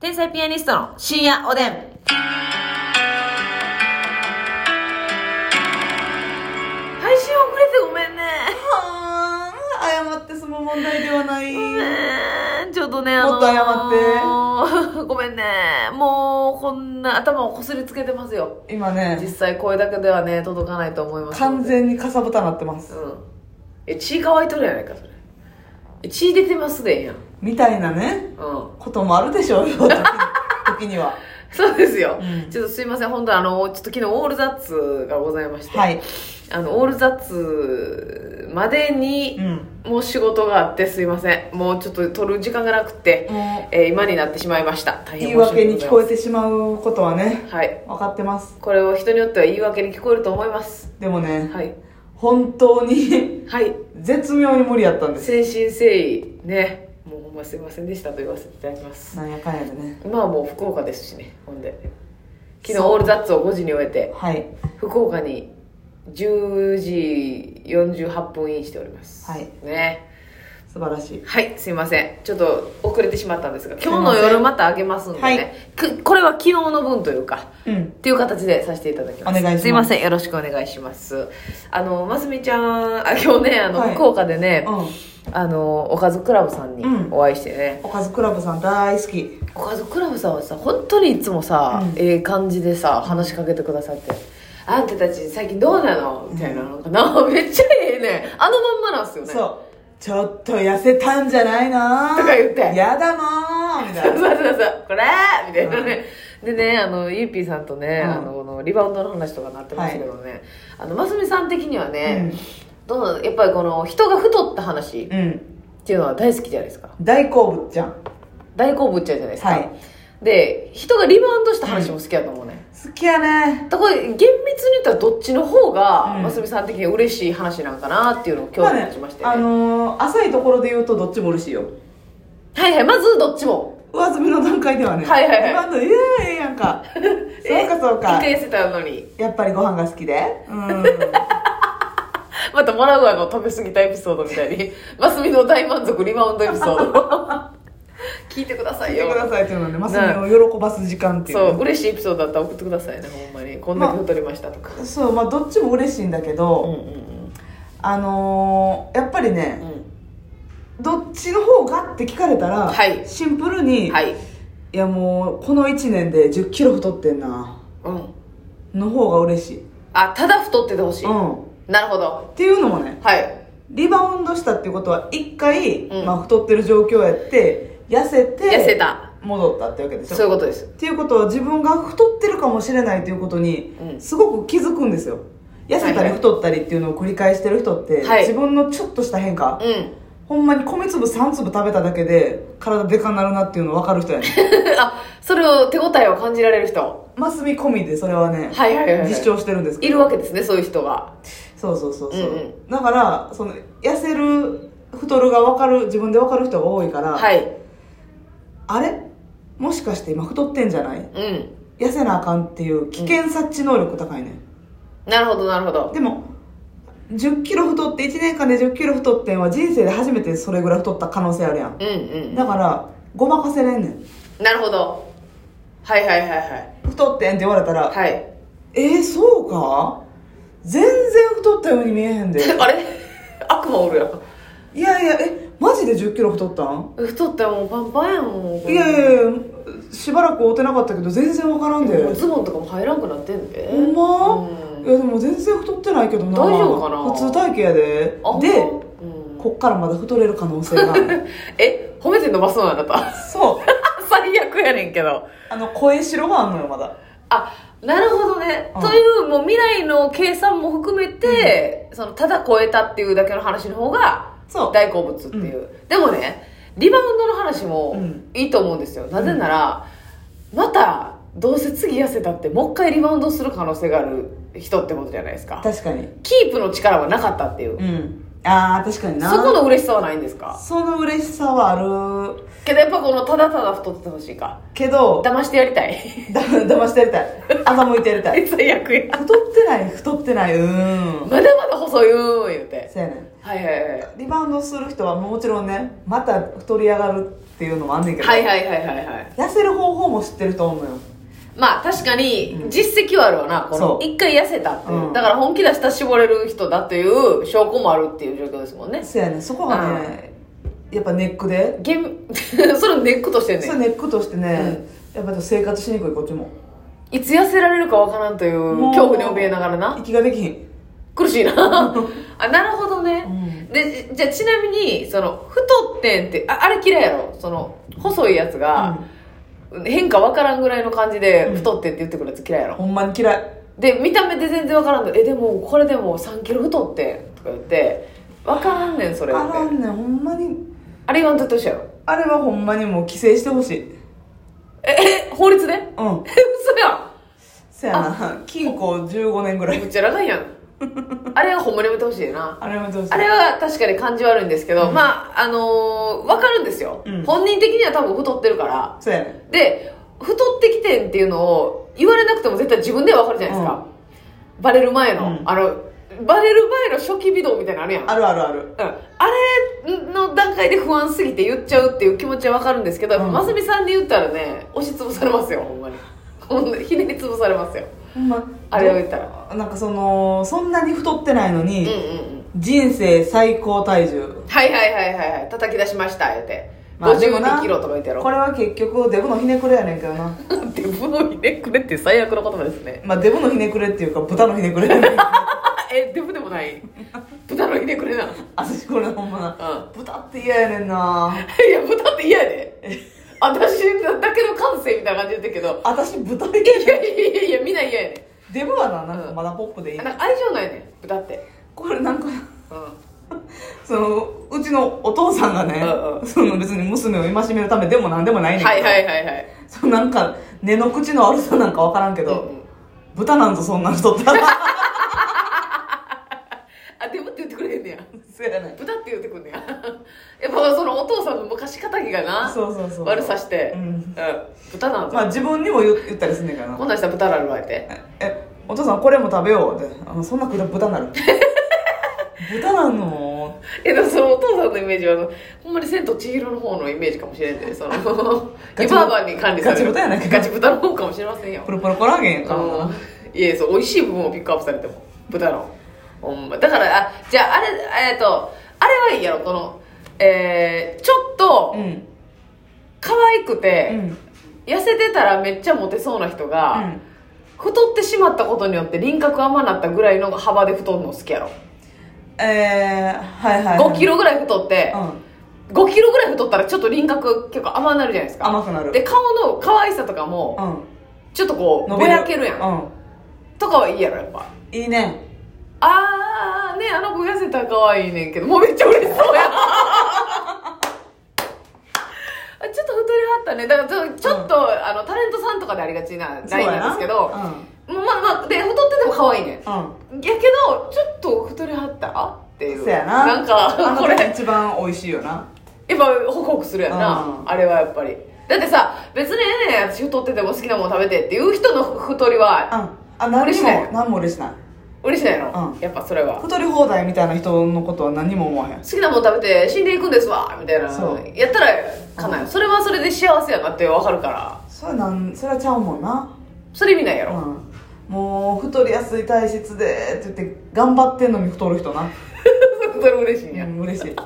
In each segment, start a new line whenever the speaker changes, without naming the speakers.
天才ピアニストの深夜おでん。配信遅れてごめんね。
はーん謝って済む問題ではない
ねえちょっとね、あ
もっと
のー ごめんね。もう、こんな頭をこすりつけてますよ。
今
実
ね
際声だけではね、届かないと思いますの
完
で。
全にかさぶたなってます
うん。え、血乾いとるやないか、それ。え血出てますでええやん。
みたいなね
うん。
こともあるで しょうよ時に時には
そうですよ、
うん
ちょっとすいません、本当あの、ちょっと昨日オールザッツがございまして、
はい
あの、オールザッツまでに
う、ん
もう仕事があってすいません。もうちょっと取る時間がなくて、
も
えー今になってしまいました。
う
大
言
変
い
申し訳ござ
訳に
いません
聞こえてしまうことはね
はい。
分かってます
これを人によっては言い訳に聞こえると思います。
でもね
はい。
本当に
はい。
絶妙に無理やったんです
誠心誠意、ね。もうほんますいませんでしたと言わせていただきます。
なんやかんやでね
今はもう福岡ですしね、ほんで。昨日オールザッツを5時に終えて、
はい
福岡に10時48分インしております
はい
ね
素晴らしい
はいすいませんちょっと遅れてしまったんですが
いませ
今
ん
日の夜またあげますんでね、
はい
くこれは昨日の分というか
うん
っていう形でさせていただきます
お願いします
すいませんよろしくお願いしますあのますみちゃんあ今日ねあの、
はい
福岡でね、
うん
あのおかずクラブさんに
うん
お会いしてね、
おかずクラブさん大好き
おかずクラブさんはさ本当にいつもさ、
うん
ええ感じでさ話しかけてくださって「あんたたち最近どうなの?」みたいなのかな めっちゃええねあのまんまなんすよねう
そうちょっと痩せたんじゃないの
とか言って
やだもんみたい
そう
な
そうそうこれみたいなね、でねあのゆいぴーさんとね、
うん
あのこのリバウンドの話とかなってましたけどね、あのますみさん的にはね、
うん
どうなのやっぱりこの人が太った話っ
うん
ていうのは大好きじゃないですか
大好物じゃん
大好物ちゃうじゃないですか、
はい
で人がリバウンドした話も好きだと思うね、
好きやね
だから厳密に言ったらどっちの方が、
うん
ますみさん的には嬉しい話なんかなっていうのを今日感じまして、ね
あのー浅いところで言うとどっちも嬉しいよ
はいはいまずどっちも
上積みの段階ではね
はいはいはい
今のイエーイや んかそうかそう
否
か
定してたのに
やっぱりご飯が好きでうん
またモラグアの食べ過ぎたエピソードみたいに ますみの大満足リバウンドエピソード 聞いてくださ
言
い
って
よ
くださいっていうのでマスミを喜ばす時間っていう
そう
ね
嬉しいエピソードだったら送ってくださいねほんまにこんだけ太りましたとか、
そうまあどっちも嬉しいんだけど、
うんうんうん
あのーやっぱり
う
ね
ん
どっちの方がって聞かれたら、
はい
シンプルに、、
はいい
やもうこの1年で1 0キロ太ってんな
うん
の方が嬉しい、
あただ太っててほしい、
うん、っ
なるほど
ていうのもね
はい
リバウンドしたっていうことは一回、
うん
まあ、太ってる状況やって痩せて
痩せた
戻ったってわけでしょ
そういうことです
っていうことは自分が太ってるかもしれないということに
うん
すごく気づくんですよ痩せ
はい
たり
はい
太ったりっていうのを繰り返してる人って、
はい
自分のちょっとした変化、
うん
ほんまに米粒3粒食べただけで体でかなるなっていうの分かる人 やね
あそれを手応えを感じられる人
マスミ込みでそれはね、
はいはいはいはい
実証してるんですけ
い
ど
るわけですねそういう人が
そうそうそうそう、
うん
だからその痩せる太るが分かる自分で分かる人が多いから、
はい
あれもしかして今太ってんじゃない
うん
痩せなあかんっていう危険察知能力高いね、
なるほどなるほど
でも1 0キロ太って1年間で1 0キロ太ってんは人生で初めてそれぐらい太った可能性あるやん
うんうん
だからごまかせれんねん
なるほどはいはいはいはい
太ってんって言われたら、
はい
えー、そうか全然太ったように見えへんで
あれ 悪魔おるやん
いやいやえマジで1 0キロ太ったん
太ったらもうパンパンやもん
いやいやいやしばらく会うてなかったけど全然わからんで
もうズボンとかも入らんくなってんで
ほんま、
うん
いやでも全然太ってないけどな
大丈夫かな
普通体型やで
あ
で
ほんまうん
こっからまだ太れる可能性がある
え褒めて伸ばそうなんだった
そう
最悪やねんけど
あの声白があんのよまだ
あなるほどね、
うん
というもう未来の計算も含めて、そのただ超えたっていうだけの話の方が
そう
大好物っていう、でもねリバウンドの話も
うん
いいと思うんですよ、なぜなら、またどうせ次痩せたってもう一回リバウンドする可能性がある人ってことじゃないですか
確かに
キープの力はなかったっていう、
うんあー確かにな
そこの嬉しさはないんですか
その嬉しさはある
けどやっぱこのただただ太っててほしいか
けどだ
騙してやりたい
騙してやりたい欺いてやりたい
最悪や
太ってない太ってないうーん
まだまだ細いよー言うて
そうやねん
はいはいはい
リバウンドする人はもちろんねまた太り上がるっていうのもあんねんけど、
はいはいはいはいはい
痩せる方法も知ってると思うよ
まあ確かに
うん
実績はあるわな、こ
そ
の
う
一回痩せたっていう、
うん
だから本気出したら絞れる人だという証拠もあるっていう状況ですもんね
そうやねそこがね、やっぱネックで
げん それをネックとしてんね
そ
ん
れネックとしてね、やっぱ生活しにくいこっちも
いつ痩せられるかわからんという
もう
恐怖に怯えながらな
息ができひん、
苦しいな あなるほどね、
ん、
でじゃあちなみにその太ってんってああれ嫌いやろその細いやつが、変化わからんぐらいの感じで
うん
太ってんって言ってくるやつ嫌いやろ、
ほんまに嫌い
で見た目で全然わからんのえでもこれでも3キロ太ってんとか言ってわからんねんそれっ
あら
て
んねんほんまに
あれ言わんとってほしいやろ
あれはほんまにもう規制してほしい
ええ法律で
うん
嘘やん
そやな禁錮15年ぐらい
むっちゃ長いやんあれはほんまにやめてほしいな
あれはどうし
あれは確かに感じ悪いんですけど、まああのー、わかるんですよ、
うん
本人的には多分太ってるから
そうやね
で太ってきてんっていうのを言われなくても絶対自分ではわかるじゃないですか、バレる前の、
うん
あのバレる前の初期微動みたいなのあるやん
あるあるある
うんあれの段階で不安すぎて言っちゃうっていう気持ちはわかるんですけど、
うん
ますみさんに言ったらね押しつぶされますよほんまに ほんまひねりつぶされますよ
ほんま
あれを言ったら
なんかそのそんなに太ってないの
うんうん
に、
うん
人生最高体重
はいはいはいはいはい叩き出しました言うて、
まあでもな
52キロとか言ってやろ
これは結局デブのひねくれやねんけどな
デブのひねくれって最悪の言葉ですね
まあデブのひねくれっていうか豚のひねくれやねん けど
あ えデブでもない豚のひねくれなうん
私これほんまない豚って嫌やねんな
や豚って嫌やで私だけの感性みたいな感じで言ってるけど
私豚で嫌や
いやいやいやいやみんな嫌やね
デブはななんかまだポップでいい、
んなんか愛情ないねん豚って
これなんか
うん
そのうちのお父さんがね、
うんうん
その別に娘を戒めるためでも何でもないねんけど、
はいはいはいはい。
そのなんか根の口の悪さなんかわからんけど、
うんうん
豚なんぞそんな人っ て話
あ、でもって言ってくれへんねや。
そうやね
豚って言ってくんねや。 やっぱそのお父さんの昔仇がな、
そうそうそう
悪さして、
う
うんん、豚なんぞ。
まあ自分にも言う言ったりすんねんから
こ
なん
なんしたら豚なるわって。
えお父さんこれも食べようってあのそんな食ったら豚 なる豚なんの
え、でもそのお父さんのイメージはあの、ほんまに千と千尋の方のイメージかもしれんで、その、
ガ
湯
チ
婆婆に管理される。
ガチ豚やないか
ガチ豚の方かもしれませんよ
プ。ロプロコラーゲンやからな
うん、いやそう美味しい部分をピックアップされても豚のほんまだからあじゃああれえっとあれはいいやろこのえー、ちょっと
うん
可愛く
う
て、
ん
痩せてたらめっちゃモテそうな人が、
うん
太ってしまったことによって輪郭甘なったぐらいの幅で太るの好きやろ
えー、はいはい、はい、
5キロぐらい太って
う、ん
5キロぐらい太ったらちょっと輪郭結構甘なるじゃないですか
甘くなる
で顔の可愛さとかも
う
ちょっとこうんぼやけるやん、
うん
とかはいいやろやっぱ
いいね
あーねあの子痩せたら可愛いねんけどもうめっちゃ嬉しそうやあ ちょっと太りはったねだからちょちょっと、あのタレントさんとかでありがちなラインなんですけど
そうやな
もうまあまあで太ってても可愛いねんや
うん、うん
けどちょっと太りはったっていう
そうやな
なんかこ
こ
れ
れ一番美味しいよな
やっぱホクホクするやんな、
うん
あれはやっぱりだってさ別にええねん私太ってても好きなもの食べてっていう人の太りは
うんあ何
嬉
に
しな
も
い
何も嬉しない
嬉しないの、
うん
やっぱそれは
太り放題みたいな人のことは何にも思わへん
好きなもの食べて死んでいくんですわみたいな
そう
やったらかなよ、それはそれで幸せやなって分かるから
それなんそれはちゃうもんな
それ見ないや
う
ろ、
んもう太りやすい体質でって言って頑張ってんのに太る人な、
それ嬉しいん
う
や、
ん、嬉しい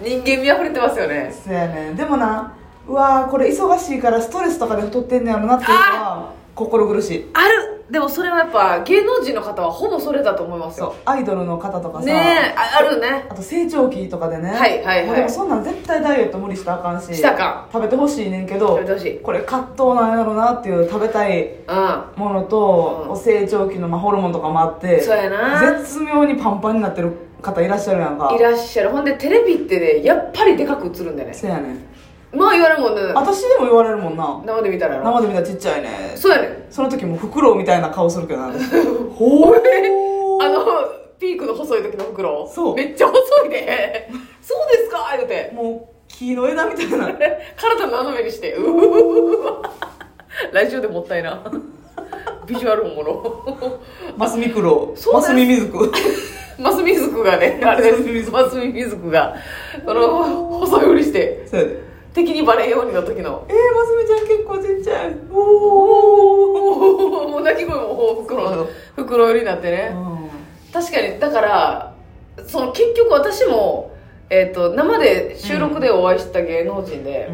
人間味溢れてますよね
そやねんでもなうわーこれ忙しいからストレスとかで太ってんねやろなっていうのは心苦しい
あるでもそれはやっぱ芸能人の方はほぼそれだと思います
そう
よ
アイドルの方とかさ、
ねえああるね
あと成長期とかでね
はいはいはい
もうでもそんなん絶対ダイエット無理したらあかんし
したらあか
食べてほしいねんけど
食べてほしい
これ葛藤なんやろなっていう食べたい
うん
ものと、
うん
成長期のまあホルモンとかもあって
そうやな
絶妙にパンパンになってる方いらっしゃるやんか
いらっしゃるほんでテレビってねやっぱりでかく映るんだよね
そうやねん
まあ言われるもんね
私でも言われるもんな
生で見たらやろ
生で見たらちっちゃいね
そうやね
その時もフクロウみたいな顔するけどなほ
あ
ー
のピークの細い時の袋
そう
めっちゃ細いでそうですか言うて
もう木の枝 みたいな
体斜めにしてうーラジオでもったいなビジュアルもの
マスミクロウ
そう
マ
です
スミミズク
マスミズクがねあれですマスミミズクがその細いふりして
そうやで
敵にバレんようにの時の
えー、ますみちゃん結構ちっちゃいおお
もう泣き声もほう袋袋寄りになってね確かにだからその結局私も、えっと生で収録でお会いした芸能人で、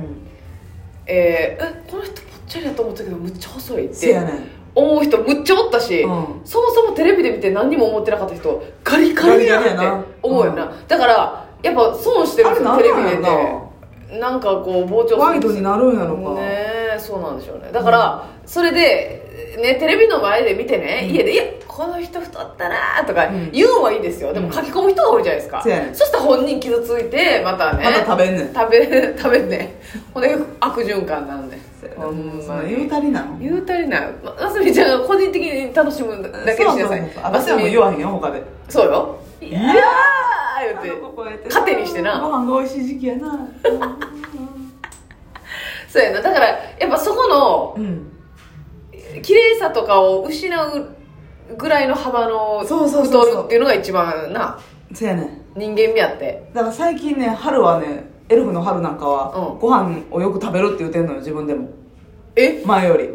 えーえこの人ぽっちゃりだと思ったけどむっちゃ細いっ
せや
て
ねん
思う人むっちゃおったし、
うん
そもそもテレビで見て何にも思ってなかった人ガリガリや
ガリガリや
なっ
な
て思うよな、だからやっぱ損してるんですよ
あ
テ
れ
レ
なんなん
ビ
やろな
出てなんかこう膨張する
ワイドになるんやろ
ね
か、
えそうなんでしょうねだから、それでねテレビの前で見てね、
うん
家で「いやこの人太ったな」とか
うん
言うんはいいですよ、でも
うん
書き込む人がおるじゃないですか、
そうやね
そしたら本人傷ついてまたね
また食べんねん
食べ食べんねほんで悪循環なんでほん
そ
ま
の
に
言うたりなの
言うたりなまあすみちゃんが個人的に楽しむだけにしなさい
そうそうそう私はもう言
よ
わへんよ他で
そうよい
やー
ー言うて糧
糧
にしてな
ご飯が美味しい時期やな
そうやなだからやっぱそこの
うん
綺麗さとかを失うぐらいの幅の
そうそうそ
太
うそう
るっていうのが一番な
そやねん
人間味あって
だから最近ね春はねエルフの春なんかは、
うん
ご飯をよく食べるって言ってんのよ自分でも
え
前より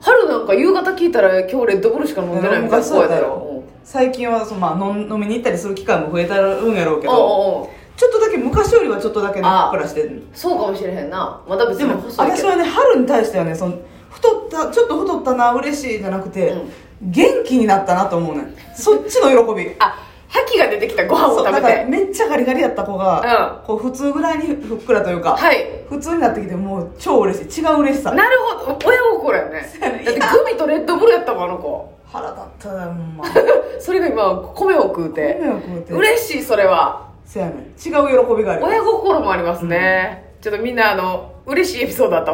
春なんか夕方聞いたら今日レッドブルしか飲んでないみたいな
昔そうやった
うん
よ最近はその、まあ、飲ん飲みに行ったりする機会も増えたるんやろうけど
おうおうおう
ちょっとだけ昔よりはちょっとだけね
あー
ふっくらしてんの
そうかもしれへんなまた別
で
に
も
細いけ
私
ど
はね春に対してはねその太ったちょっと太ったな嬉しいじゃなくて、
うん
元気になったなと思うねんそっちの喜び
あ覇気が出てきたご飯
そ
を
うだ
食べ
から
て
めっちゃガリガリやった子が、こう普通ぐらいにふっくらというか、
はい
普通になってきてもう超嬉しい違う嬉しさ
なるほど親心やねだ
や
っ
ね
てグミとレッドブルやったもんあの子
腹立ったよほんま
それが今米を食うて
迷惑をって
嬉しいそれは
せやねん違う喜びがある
親心もありますね、ちょっとみんなあの嬉しいエピソードあったら